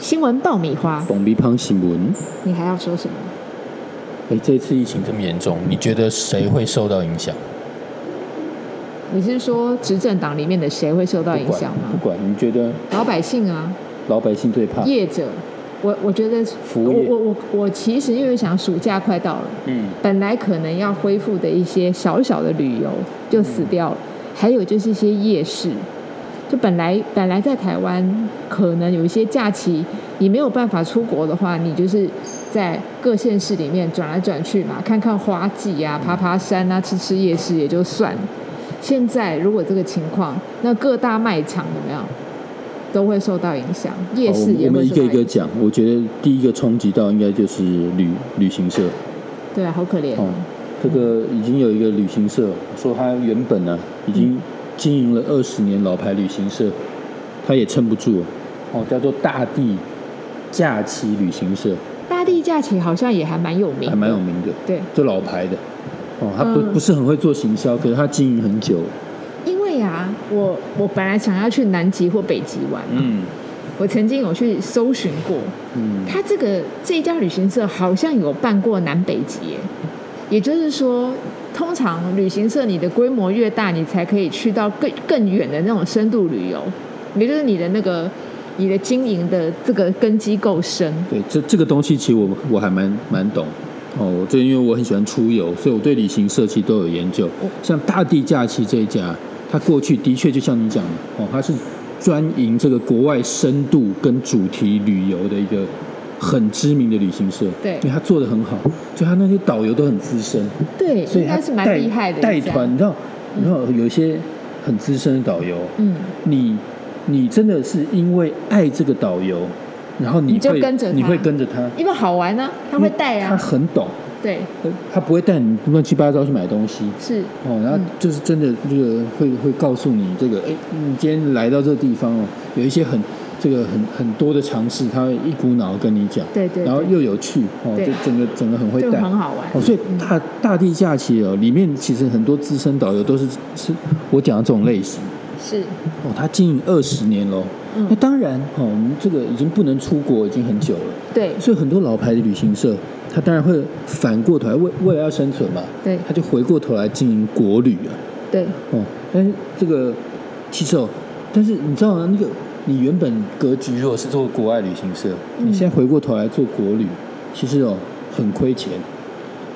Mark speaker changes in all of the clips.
Speaker 1: 新闻爆米花，
Speaker 2: 蹦鼻胖新闻。
Speaker 1: 你还要说什么？
Speaker 2: 哎，这次疫情这么严重，你觉得谁会受到影响？
Speaker 1: 你是说执政党里面的谁会受到
Speaker 2: 不
Speaker 1: 影
Speaker 2: 管
Speaker 1: 响
Speaker 2: 不
Speaker 1: 吗？
Speaker 2: 管，你觉得
Speaker 1: 老百姓啊，
Speaker 2: 老百姓最怕？
Speaker 1: 业者，我我觉得，
Speaker 2: 服
Speaker 1: 我
Speaker 2: 务业
Speaker 1: 我我我其实因为想暑假快到了，
Speaker 2: 嗯，
Speaker 1: 本来可能要恢复的一些小小的旅游就死掉了，还有就是一些夜市，就本来本来在台湾可能有一些假期，你没有办法出国的话，你就是在各县市里面转来转去嘛，看看花季啊，爬爬山啊，吃吃夜市也就算了。现在如果这个情况，那各大卖场有没有都会受到影响，夜
Speaker 2: 好我
Speaker 1: 市
Speaker 2: 们
Speaker 1: 也
Speaker 2: 哦我们
Speaker 1: 会
Speaker 2: 一
Speaker 1: 受到
Speaker 2: 个一
Speaker 1: 影
Speaker 2: 个
Speaker 1: 响。
Speaker 2: 讲。我觉得第一个冲击到应该就是旅旅行社。
Speaker 1: 对啊，好可怜哦、
Speaker 2: 哦，这个已经有一个旅行社说，他原本呢、已经
Speaker 1: 嗯
Speaker 2: 经营了二十年老牌旅行社，他也撑不住了哦，叫做大地假期旅行社，
Speaker 1: 大地假期好像也还蛮有名的，
Speaker 2: 还蛮有名的，
Speaker 1: 对。
Speaker 2: 这老牌的哦，他不、
Speaker 1: 嗯
Speaker 2: 不是很会做行销，可是他经营很久了，
Speaker 1: 因为呀、我我本来想要去南极或北极玩，
Speaker 2: 嗯
Speaker 1: 我曾经有去搜寻过，
Speaker 2: 嗯，
Speaker 1: 他这个这一家旅行社好像有办过南北极耶，也就是说，通常旅行社你的规模越大，你才可以去到更更远的那种深度旅游，也就是你的那个你的经营的这个根基够深，
Speaker 2: 对，这这个东西其实我我还蛮蛮懂。哦，我最因为我很喜欢出游，所以我对旅行社其实都有研究。
Speaker 1: 哦
Speaker 2: 像大地假期这一家，它过去的确就像你讲的，哦，它是专营这个国外深度跟主题旅游的一个很知名的旅行社。
Speaker 1: 对
Speaker 2: 因为它做的很好，就它那些导游都很资深，
Speaker 1: 对，
Speaker 2: 所以
Speaker 1: 应
Speaker 2: 它
Speaker 1: 该是蛮
Speaker 2: 带
Speaker 1: 厉害的一
Speaker 2: 带
Speaker 1: 家
Speaker 2: 团，，你知道，你知道有一些很资深的导游，
Speaker 1: 嗯，
Speaker 2: 你你真的是因为爱这个导游，然后你
Speaker 1: 你就
Speaker 2: 会
Speaker 1: 跟着他
Speaker 2: 你会跟着他，
Speaker 1: 因为好玩啊，他会带
Speaker 2: 他
Speaker 1: 啊，
Speaker 2: 很懂，
Speaker 1: 对，
Speaker 2: 呃他不会带你乱七八糟去买东西
Speaker 1: 是，
Speaker 2: 哦，然后
Speaker 1: 嗯
Speaker 2: 就是真的这个会会告诉你这个，哎，你今天来到这个地方哦，有一些很这个很很多的尝试，他会一股脑跟你讲，
Speaker 1: 对对
Speaker 2: 然后
Speaker 1: 对
Speaker 2: 又有趣哦，
Speaker 1: 对
Speaker 2: 就整个整个很会
Speaker 1: 就
Speaker 2: 带，
Speaker 1: 很好玩，嗯
Speaker 2: 哦，所以大大地假期哦，里面其实很多资深导游都是是我讲的这种类型。
Speaker 1: 是，
Speaker 2: 哦，他经营二十年喽。
Speaker 1: 嗯
Speaker 2: 那当然，哦，我们这个已经不能出国，已经很久了，
Speaker 1: 对，
Speaker 2: 所以很多老牌的旅行社，他当然会反过头来，为为了要生存嘛，
Speaker 1: 对
Speaker 2: 他就回过头来经营国旅啊。
Speaker 1: 对，
Speaker 2: 哦，但是这个其实哦，但是你知道吗？那个你原本格局如果是做国外旅行社，你
Speaker 1: 嗯
Speaker 2: 现在回过头来做国旅，其实哦很亏钱。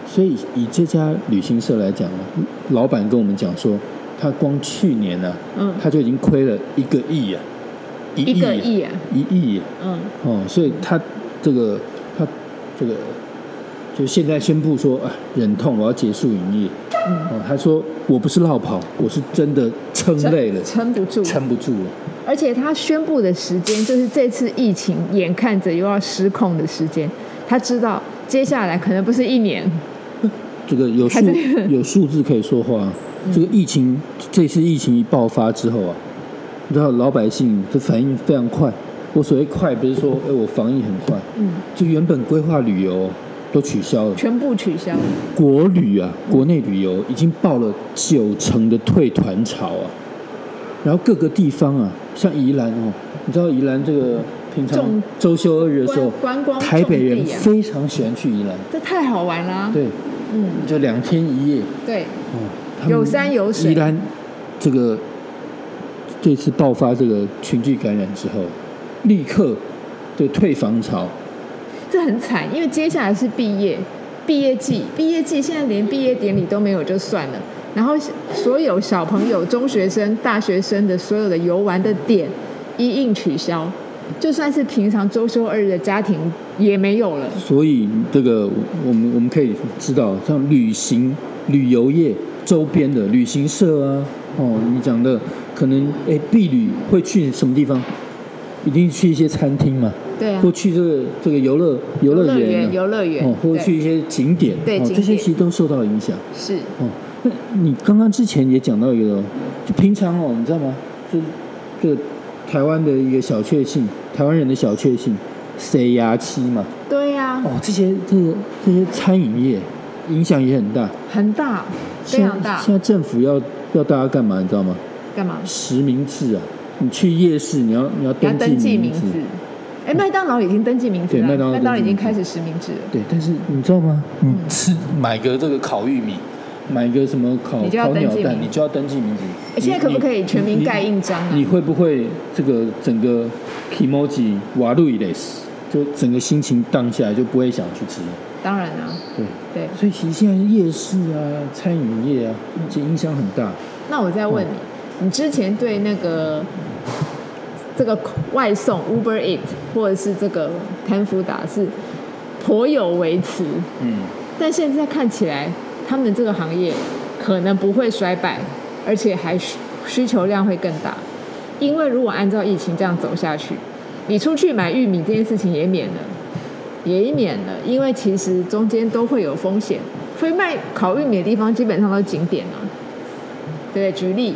Speaker 2: 所以以这家旅行社来讲啊，老板跟我们讲说，他光去年呢、
Speaker 1: 嗯
Speaker 2: 他就已经亏了一个亿啊，一
Speaker 1: 一
Speaker 2: 亿
Speaker 1: 个
Speaker 2: 啊，
Speaker 1: 亿啊，
Speaker 2: 一亿啊
Speaker 1: 嗯，
Speaker 2: 哦，所以他这个他这个就现在宣布说啊，忍痛我要结束营业。
Speaker 1: 嗯
Speaker 2: 哦，他说我不是落跑，我是真的撑累了，
Speaker 1: 撑不住。
Speaker 2: 撑不住了。
Speaker 1: 而且他宣布的时间就是这次疫情眼看着又要失控的时间，他知道接下来可能不是一年，
Speaker 2: 这个有数
Speaker 1: 还是
Speaker 2: 有数字可以说话。啊这个疫情这次疫情一爆发之后啊，你知道老百姓的反应非常快。我所谓快，不是说哎我防疫很快，
Speaker 1: 嗯，
Speaker 2: 就原本规划旅游都取消了，
Speaker 1: 全部取消。
Speaker 2: 国旅啊，国内旅游已经爆了九成的退团潮啊。然后各个地方啊，像宜兰哦，你知道宜兰这个平常
Speaker 1: 重
Speaker 2: 周休二日的时候，
Speaker 1: 观观光
Speaker 2: 台北人
Speaker 1: 重地啊
Speaker 2: 非常喜欢去宜兰，
Speaker 1: 这太好玩啦、
Speaker 2: 对，
Speaker 1: 嗯，
Speaker 2: 就两天一夜，
Speaker 1: 对，
Speaker 2: 哦，他们
Speaker 1: 有山有水
Speaker 2: 宜兰这个这次爆发这个群聚感染之后，立刻对退房潮，
Speaker 1: 这很惨，因为接下来是毕业，毕业季，毕业季现在连毕业典礼都没有就算了，然后所有小朋友、中学生、大学生的所有的游玩的点一应取消，就算是平常周休二日的家庭也没有了。
Speaker 2: 所以这个我们我们可以知道，像旅行、旅游业周边的旅行社啊，哦，你讲的可能诶，避旅会去什么地方？一定去一些餐厅嘛，
Speaker 1: 对啊
Speaker 2: 或，去这个这个游乐游
Speaker 1: 游
Speaker 2: 乐
Speaker 1: 乐
Speaker 2: 园啊、
Speaker 1: 园、游乐园，
Speaker 2: 哦，或
Speaker 1: 对
Speaker 2: 去一些景点，
Speaker 1: 对
Speaker 2: 哦，
Speaker 1: 景
Speaker 2: 这些
Speaker 1: 点
Speaker 2: 其实都受到影响。
Speaker 1: 是
Speaker 2: 哦，那你刚刚之前也讲到一个，就平常哦，你知道吗？就这个台湾的一个小确幸，台湾人的小确幸，塞牙期嘛。
Speaker 1: 对呀、
Speaker 2: 哦，这些这个这些餐饮业影响也很大，
Speaker 1: 很大，非常大
Speaker 2: 现在。现在政府要要大家干嘛，你知道吗？
Speaker 1: 干嘛？
Speaker 2: 实名制啊，你去夜市你要你要
Speaker 1: 你要
Speaker 2: 登
Speaker 1: 登记
Speaker 2: 记
Speaker 1: 名
Speaker 2: 字
Speaker 1: 字，，哎，麦当劳已经登记名字
Speaker 2: 对
Speaker 1: 了，
Speaker 2: 麦当劳
Speaker 1: 麦当劳已
Speaker 2: 登
Speaker 1: 经
Speaker 2: 记名字
Speaker 1: 开始实名制了，
Speaker 2: 对，但是你知道吗？你
Speaker 1: 嗯
Speaker 2: 吃买个这个烤玉米，买个什么烤
Speaker 1: 你就要
Speaker 2: 烤
Speaker 1: 登
Speaker 2: 鸟
Speaker 1: 记
Speaker 2: 蛋，
Speaker 1: 名
Speaker 2: 你就要登记名字。
Speaker 1: 哎现在可不可以
Speaker 2: 你
Speaker 1: 全民
Speaker 2: 你
Speaker 1: 盖印章啊
Speaker 2: 你你会不会这个整个 emoji 瓦路伊 s 就整个心情荡下来，就不会想去吃？
Speaker 1: 当然啊，
Speaker 2: 对，
Speaker 1: 对。
Speaker 2: 所以其实现在夜市啊、餐饮业啊，其实影响很大。
Speaker 1: 那我再问你，你之前对那个这个外送 Uber Eat 或者是这个贪福达是颇有微词，
Speaker 2: 嗯，
Speaker 1: 但现在看起来他们这个行业可能不会衰败，而且还需需求量会更大，因为如果按照疫情这样走下去，你出去买玉米这件事情也免了。也免了，因为其实中间都会有风险，所以卖烤玉米的地方基本上都是景点啊。对，举例，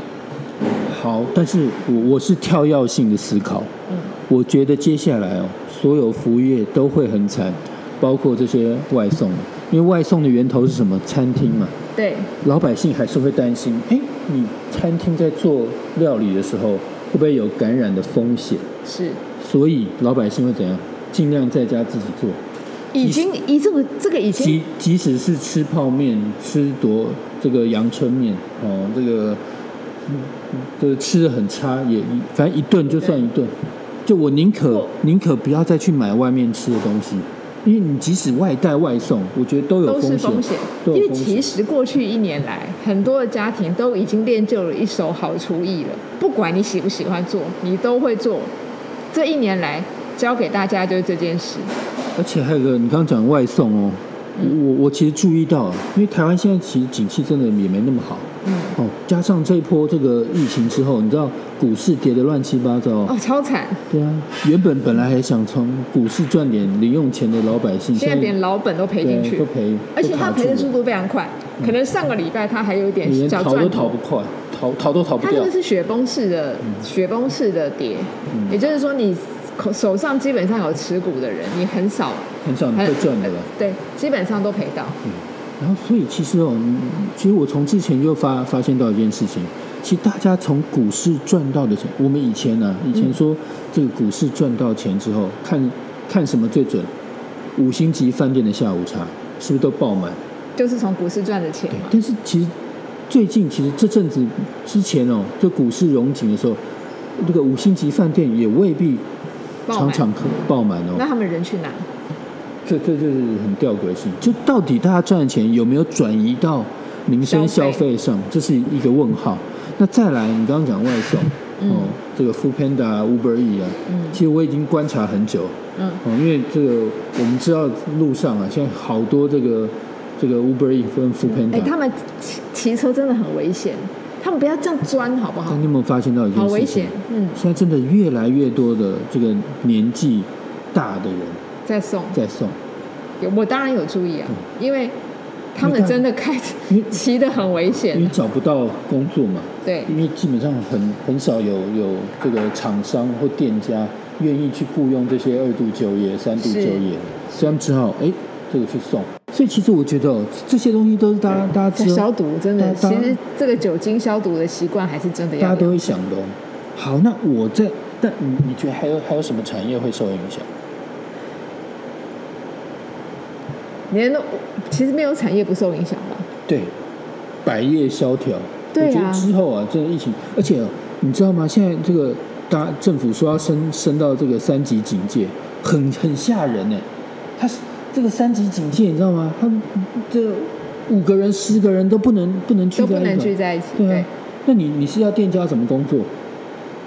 Speaker 2: 好，但是我我是跳跃性的思考，
Speaker 1: 嗯
Speaker 2: 我觉得接下来哦，所有服务业都会很惨，包括这些外送，因为外送的源头是什么？餐厅嘛，
Speaker 1: 对，
Speaker 2: 老百姓还是会担心，哎，你餐厅在做料理的时候，会不会有感染的风险？
Speaker 1: 是
Speaker 2: 所以老百姓会怎样？尽量在家自己做，
Speaker 1: 已经一这个这个已经
Speaker 2: 即即使是吃泡面、吃多这个阳春面哦，这个嗯嗯这个吃的很差，也反正一顿就算一顿。就我宁可
Speaker 1: 我
Speaker 2: 宁可不要再去买外面吃的东西，因为你即使外带外送，我觉得都有
Speaker 1: 都是
Speaker 2: 风
Speaker 1: 风险，，
Speaker 2: 险都
Speaker 1: 因为
Speaker 2: 有风
Speaker 1: 其
Speaker 2: 险。
Speaker 1: 实过去一年来，很多的家庭都已经练就了一手好厨艺了，不管你喜不喜欢做，你都会做。这一年来教给大家就是这件事，
Speaker 2: 而且还有一个，你刚刚讲外送哦，
Speaker 1: 嗯
Speaker 2: 我我其实注意到，因为台湾现在其实景气真的也没那么好。
Speaker 1: 嗯，
Speaker 2: 哦，加上这一波这个疫情之后，你知道股市跌得乱七八糟，
Speaker 1: 哦，超惨，
Speaker 2: 对啊，原本本来还想从股市赚点零用钱的老百姓，
Speaker 1: 现在连
Speaker 2: 在
Speaker 1: 老本都赔进
Speaker 2: 对
Speaker 1: 去
Speaker 2: 都，赔，
Speaker 1: 而且他
Speaker 2: 都卡
Speaker 1: 赔的
Speaker 2: 住
Speaker 1: 速
Speaker 2: 了
Speaker 1: 度非常快，可能上个礼拜他还有一点
Speaker 2: 嗯你连
Speaker 1: 小
Speaker 2: 逃都
Speaker 1: 赚
Speaker 2: 逃
Speaker 1: 头
Speaker 2: 不。快，逃逃都逃不
Speaker 1: 它这
Speaker 2: 掉嗯
Speaker 1: 个。是雪崩式的、雪崩式的跌，也就是说你口手上基本上有持股的人，你很少
Speaker 2: 很少你会赚嗯的了。
Speaker 1: 哎对，基本上都赔到。
Speaker 2: 然后，所以其实哦，嗯其实我从之前就发发现到一件事情，其实大家从股市赚到的钱，我们以前呢、以前说这个股市赚到钱之后，看看什么最准？五星级饭店的下午茶是不是都爆满？
Speaker 1: 就是从股市赚的钱
Speaker 2: 对
Speaker 1: 嘛，，
Speaker 2: 但是其实最近其实这阵子之前哦，就股市融景的时候，这个五星级饭店也未必
Speaker 1: 爆
Speaker 2: 场
Speaker 1: 满。
Speaker 2: 场客爆满哦
Speaker 1: 那。他们人去哪？
Speaker 2: 这这就是很吊诡的事情，就到底大家赚的钱有没有转移到民生消
Speaker 1: 消
Speaker 2: 费
Speaker 1: 费
Speaker 2: 上，这是一个问号。那再来，你刚刚讲外送，哦，这个 Food Panda 啊、Uber E 啊，
Speaker 1: 嗯
Speaker 2: 其实我已经观察很久，
Speaker 1: 嗯
Speaker 2: 哦，因为这个我们知道路上啊，现在好多这个这个 Uber E 跟 Food Panda，
Speaker 1: 哎、他们骑骑车真的很危险，他们不要这样钻好不好
Speaker 2: 但你？有没有发现到一件
Speaker 1: 好
Speaker 2: 事情？
Speaker 1: 危险，嗯，
Speaker 2: 现在真的越来越多的这个年纪大的人
Speaker 1: 再送。
Speaker 2: 在送，
Speaker 1: 有我当然有注意啊，
Speaker 2: 嗯
Speaker 1: 因为他
Speaker 2: 因为
Speaker 1: 们
Speaker 2: 他
Speaker 1: 真的开
Speaker 2: 因为
Speaker 1: 骑的很危
Speaker 2: 因为
Speaker 1: 险，
Speaker 2: 找不到工作嘛，
Speaker 1: 对，
Speaker 2: 因为基本上很很少有有这个厂商或店家愿意去雇佣这些二度就业、三度
Speaker 1: 是
Speaker 2: 就业，所以他们只好哎这个去送。所以其实我觉得哦这些东西都是大家大家只有
Speaker 1: 消毒真的，
Speaker 2: 大
Speaker 1: 其
Speaker 2: 家
Speaker 1: 实这个酒精消毒的习惯还是真的
Speaker 2: 大
Speaker 1: 要
Speaker 2: 家都
Speaker 1: 有。
Speaker 2: 会想的、哦。好，那我在，但你你觉得还有还有什么产业会受影响？
Speaker 1: 连都其实没有产业不受影响吧？
Speaker 2: 对，百业萧条。
Speaker 1: 对啊
Speaker 2: 我觉得之后啊，这个疫情，而且、哦、你知道吗？现在这个大政府说要升升到这个三级警戒，很很吓人呢。欸他是这个三级警戒，你知道吗？他们这个五个人、十个人都不能不能聚
Speaker 1: 都
Speaker 2: 在
Speaker 1: 不
Speaker 2: 一
Speaker 1: 能聚
Speaker 2: 起。
Speaker 1: 在一起。
Speaker 2: 对啊，那你你是要店家怎么工作？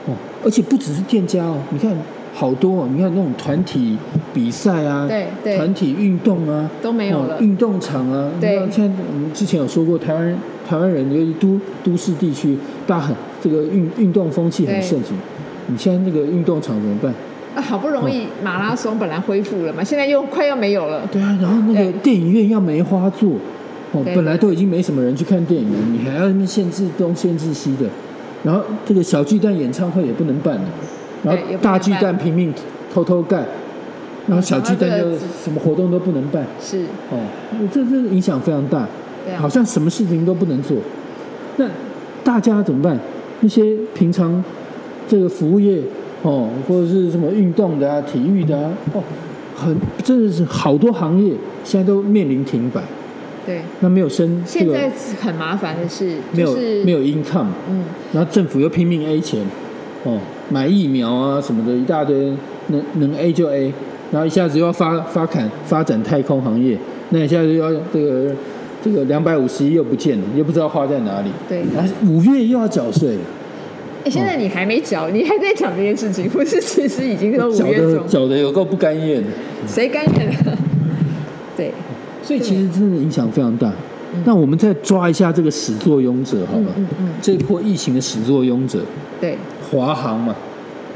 Speaker 2: 哦，而且不只是店家哦，你看好多、哦，你看那种团体比赛啊，
Speaker 1: 对对
Speaker 2: 团体运动啊，
Speaker 1: 都没有
Speaker 2: 哦
Speaker 1: 了
Speaker 2: 运动场啊，你知道
Speaker 1: 对
Speaker 2: 现在我们之前有说过，台湾人台湾人尤其都都市地区，大家很这个运运动风气很
Speaker 1: 对
Speaker 2: 盛行。你现在那个运动场怎么办？
Speaker 1: 啊，好不容易
Speaker 2: 嗯
Speaker 1: 马拉松本来恢复了嘛，现在又快要没有了。
Speaker 2: 对啊，然后那
Speaker 1: 对
Speaker 2: 个电影院要梅花座，哦，
Speaker 1: 对
Speaker 2: 本来都已经没什么人去看电影了，你还要那边限制东限制西的，然后这个小巨蛋演唱会也不能办了，然后
Speaker 1: 对也不能办
Speaker 2: 大巨蛋拼命偷偷盖，然后小巨蛋
Speaker 1: 然后
Speaker 2: 就
Speaker 1: 这个
Speaker 2: 什么活动都不能办。
Speaker 1: 是，
Speaker 2: 哦，这这影响非常大，
Speaker 1: 对啊
Speaker 2: 好像什么事情都不能做。那大家怎么办？那些平常这个服务业哦，或者是什么运动的啊、体育的啊，哦，很真的是好多行业现在都面临停摆，
Speaker 1: 对，
Speaker 2: 那没有生这
Speaker 1: 现
Speaker 2: 个
Speaker 1: 在很麻烦的是，
Speaker 2: 没有
Speaker 1: 就是
Speaker 2: 没有 income，
Speaker 1: 嗯，
Speaker 2: 然后政府又拼命 A 钱，哦，买疫苗啊什么的一大堆，能能 A 就 A，然后一下子又要发发展发展太空行业，那一下子又要这个这个两百五十亿又不见了，又不知道花在哪里，
Speaker 1: 对。
Speaker 2: 然后五月又要缴税，
Speaker 1: 哎，现在你还没缴，
Speaker 2: 嗯
Speaker 1: 你还在讲这件事情，不是？其实已经都五
Speaker 2: 缴
Speaker 1: 月
Speaker 2: 的
Speaker 1: 中，
Speaker 2: 缴的有够不甘愿的，
Speaker 1: 谁甘愿啊？ 对，
Speaker 2: 所以其实真的影响非常大。那我们再抓一下这个始作俑者好
Speaker 1: 嗯
Speaker 2: 了，
Speaker 1: 嗯嗯，
Speaker 2: 这一波疫情的始作俑者，
Speaker 1: 对
Speaker 2: 华航嘛，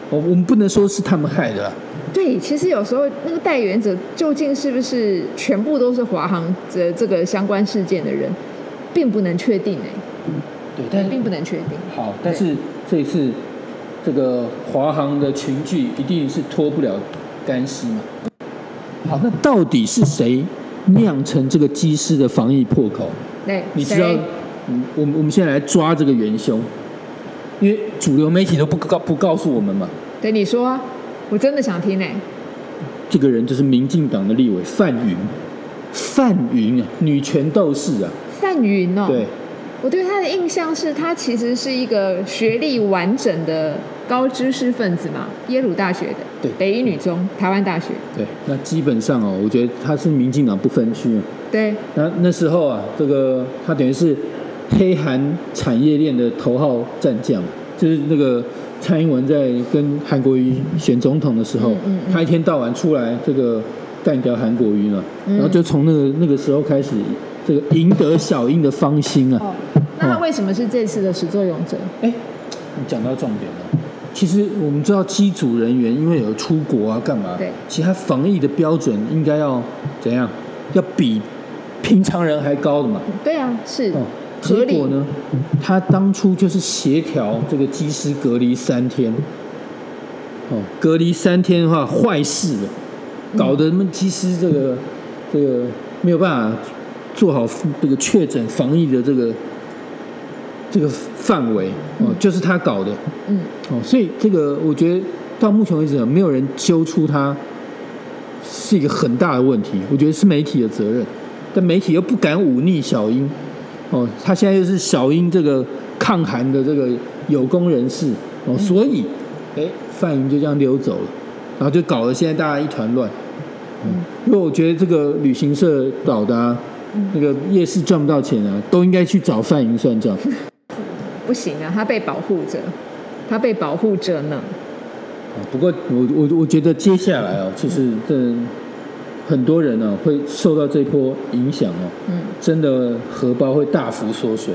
Speaker 2: 我我们不能说是他们害的啦，
Speaker 1: 对。其实有时候那个代言者究竟是不是全部都是华航这这个相关事件的人，并不能确定哎、
Speaker 2: 对，但是
Speaker 1: 并不能确定。
Speaker 2: 好，但是这一次这个华航的群聚一定是脱不了干系嘛。好，那到底是谁酿成这个机师的防疫破口？
Speaker 1: 对，
Speaker 2: 你知道
Speaker 1: 谁？，
Speaker 2: 嗯我们我们现在来抓这个元凶，因为主流媒体都不告不告诉我们嘛。
Speaker 1: 对，你说啊，我真的想听哎、
Speaker 2: 这个人就是民进党的立委范云，范云啊，女权斗士啊，
Speaker 1: 范云哦，
Speaker 2: 对，
Speaker 1: 我对他的印象是他其实是一个学历完整的高知识分子嘛，耶鲁大学的，
Speaker 2: 对
Speaker 1: 北一女中，台湾大学，
Speaker 2: 对，那基本上哦，我觉得他是民进党不分区啊。
Speaker 1: 对
Speaker 2: 那那时候啊，这个他等于是黑韩产业链的头号战将，就是那个蔡英文在跟韩国瑜选总统的时候，
Speaker 1: 嗯嗯嗯
Speaker 2: 他一天到晚出来这个干掉韩国瑜嘛，
Speaker 1: 嗯
Speaker 2: 然后就从那个那个时候开始，这个赢得小英的芳心啊。
Speaker 1: 哦，那他为什么是这次的始作俑者？
Speaker 2: 哎、你讲到重点了。其实我们知道机组人员因为有出国啊，干嘛？
Speaker 1: 对
Speaker 2: 其实他防疫的标准应该要怎样？要比平常人还高的嘛。
Speaker 1: 对啊，是、
Speaker 2: 哦，
Speaker 1: 合
Speaker 2: 结
Speaker 1: 理
Speaker 2: 果呢，嗯他当初就是协调这个机师隔离三天，哦，隔离三天的话，坏事了，
Speaker 1: 嗯
Speaker 2: 搞得他们机师这个这个没有办法做好这个确诊防疫的这个这个范围哦，就是他搞的
Speaker 1: 嗯，
Speaker 2: 哦，所以这个我觉得到目前为止，啊没有人揪出他是一个很大的问题，我觉得是媒体的责任，但媒体又不敢忤逆小英。哦，他现在又是小英这个抗韩的这个有功人士哦，所以，哎，范云就这样溜走了，然后就搞得现在大家一团乱。嗯，因为我觉得这个旅行社搞的、啊，那个夜市赚不到钱啊，都应该去找范云算账。
Speaker 1: 不行啊，他被保护着，他被保护着呢。
Speaker 2: 啊不过我我我觉得接下来哦，其实这很多人呢、会受到这波影响哦，
Speaker 1: 嗯，
Speaker 2: 真的荷包会大幅缩水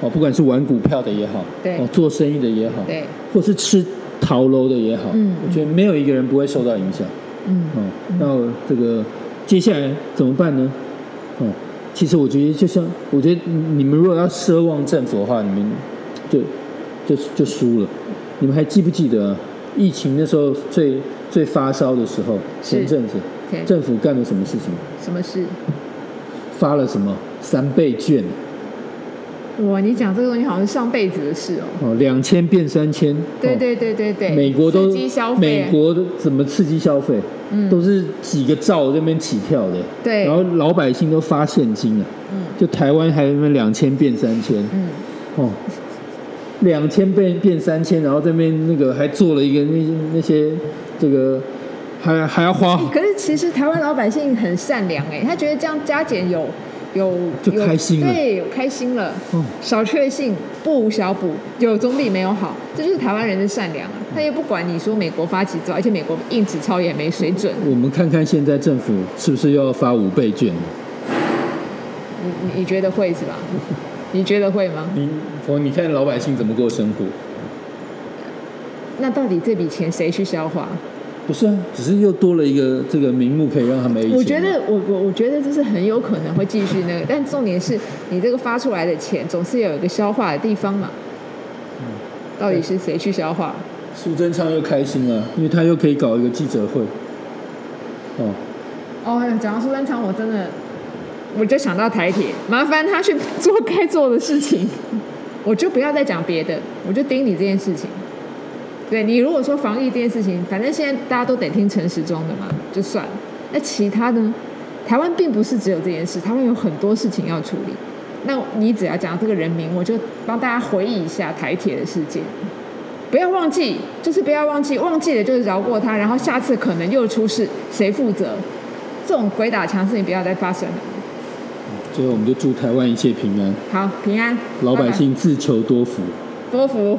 Speaker 2: 哦，不管是玩股票的也好，
Speaker 1: 对
Speaker 2: 哦，做生意的也好，
Speaker 1: 对，
Speaker 2: 或是吃桃楼的也好，
Speaker 1: 嗯
Speaker 2: 我觉得没有一个人不会受到影响。
Speaker 1: 嗯，
Speaker 2: 哦，那这个接下来怎么办呢？哦，其实我觉得就像，我觉得你们如果要奢望政府的话，你们就就就输了。你们还记不记得、啊疫情那时候最最发烧的时候，
Speaker 1: 是
Speaker 2: 前阵子
Speaker 1: 对，
Speaker 2: 政府干了什么事情？
Speaker 1: 什么事？
Speaker 2: 发了什么三倍券？
Speaker 1: 哇，你讲这个东西好像是上辈子的事哦。
Speaker 2: 哦，两千变三千。
Speaker 1: 对
Speaker 2: 哦
Speaker 1: 对对对对，
Speaker 2: 美国都
Speaker 1: 刺激消费，嗯
Speaker 2: 美国的怎么刺激消费，都是几个兆这边起跳的，
Speaker 1: 对
Speaker 2: 然后老百姓都发现金啊，
Speaker 1: 嗯
Speaker 2: 就台湾还有那两千变三千，
Speaker 1: 嗯，
Speaker 2: 哦，两千变变三千，然后这边那个还做了一个那那些这个还还要花
Speaker 1: 可是其实台湾老百姓很善良哎，他觉得这样加减有有
Speaker 2: 就开心了
Speaker 1: 有对，有开心了，
Speaker 2: 哦
Speaker 1: 少确幸，不无小补，有总比没有好，这就是台湾人的善良啊。
Speaker 2: 嗯
Speaker 1: 他也不管你说美国发起之外，而且美国硬纸钞也没水准，
Speaker 2: 我们看看现在政府是不是又要发五倍券？
Speaker 1: 你你你觉得会是吧？你觉得会吗？
Speaker 2: 你我你看老百姓怎么过生活？
Speaker 1: 那到底这笔钱谁去消化？
Speaker 2: 不是啊，只是又多了一个这个名目可以让他们 A 钱嘛。
Speaker 1: 我觉得我我我觉得这是很有可能会继续那个，但重点是你这个发出来的钱总是有一个消化的地方嘛。
Speaker 2: 嗯
Speaker 1: 到底是谁去消化？
Speaker 2: 苏贞昌又开心了，因为他又可以搞一个记者会。哦，
Speaker 1: 哦，讲到苏贞昌，我真的我就想到台铁，麻烦他去做 该做的事情，我就不要再讲别的，我就盯你这件事情。对你如果说防疫这件事情，反正现在大家都得听陈时中的嘛，就算了。那其他呢？台湾并不是只有这件事，台湾有很多事情要处理。那你只要讲这个人名，我就帮大家回忆一下台铁的事件。不要忘记，就是不要忘记，忘记了就是饶过他，然后下次可能又出事，谁负责？这种鬼打墙事情不要再发生了。
Speaker 2: 最后我们就祝台湾一切平安，
Speaker 1: 好，平安，
Speaker 2: 老
Speaker 1: 拜
Speaker 2: 百
Speaker 1: 拜
Speaker 2: 姓自求多福。
Speaker 1: 多福。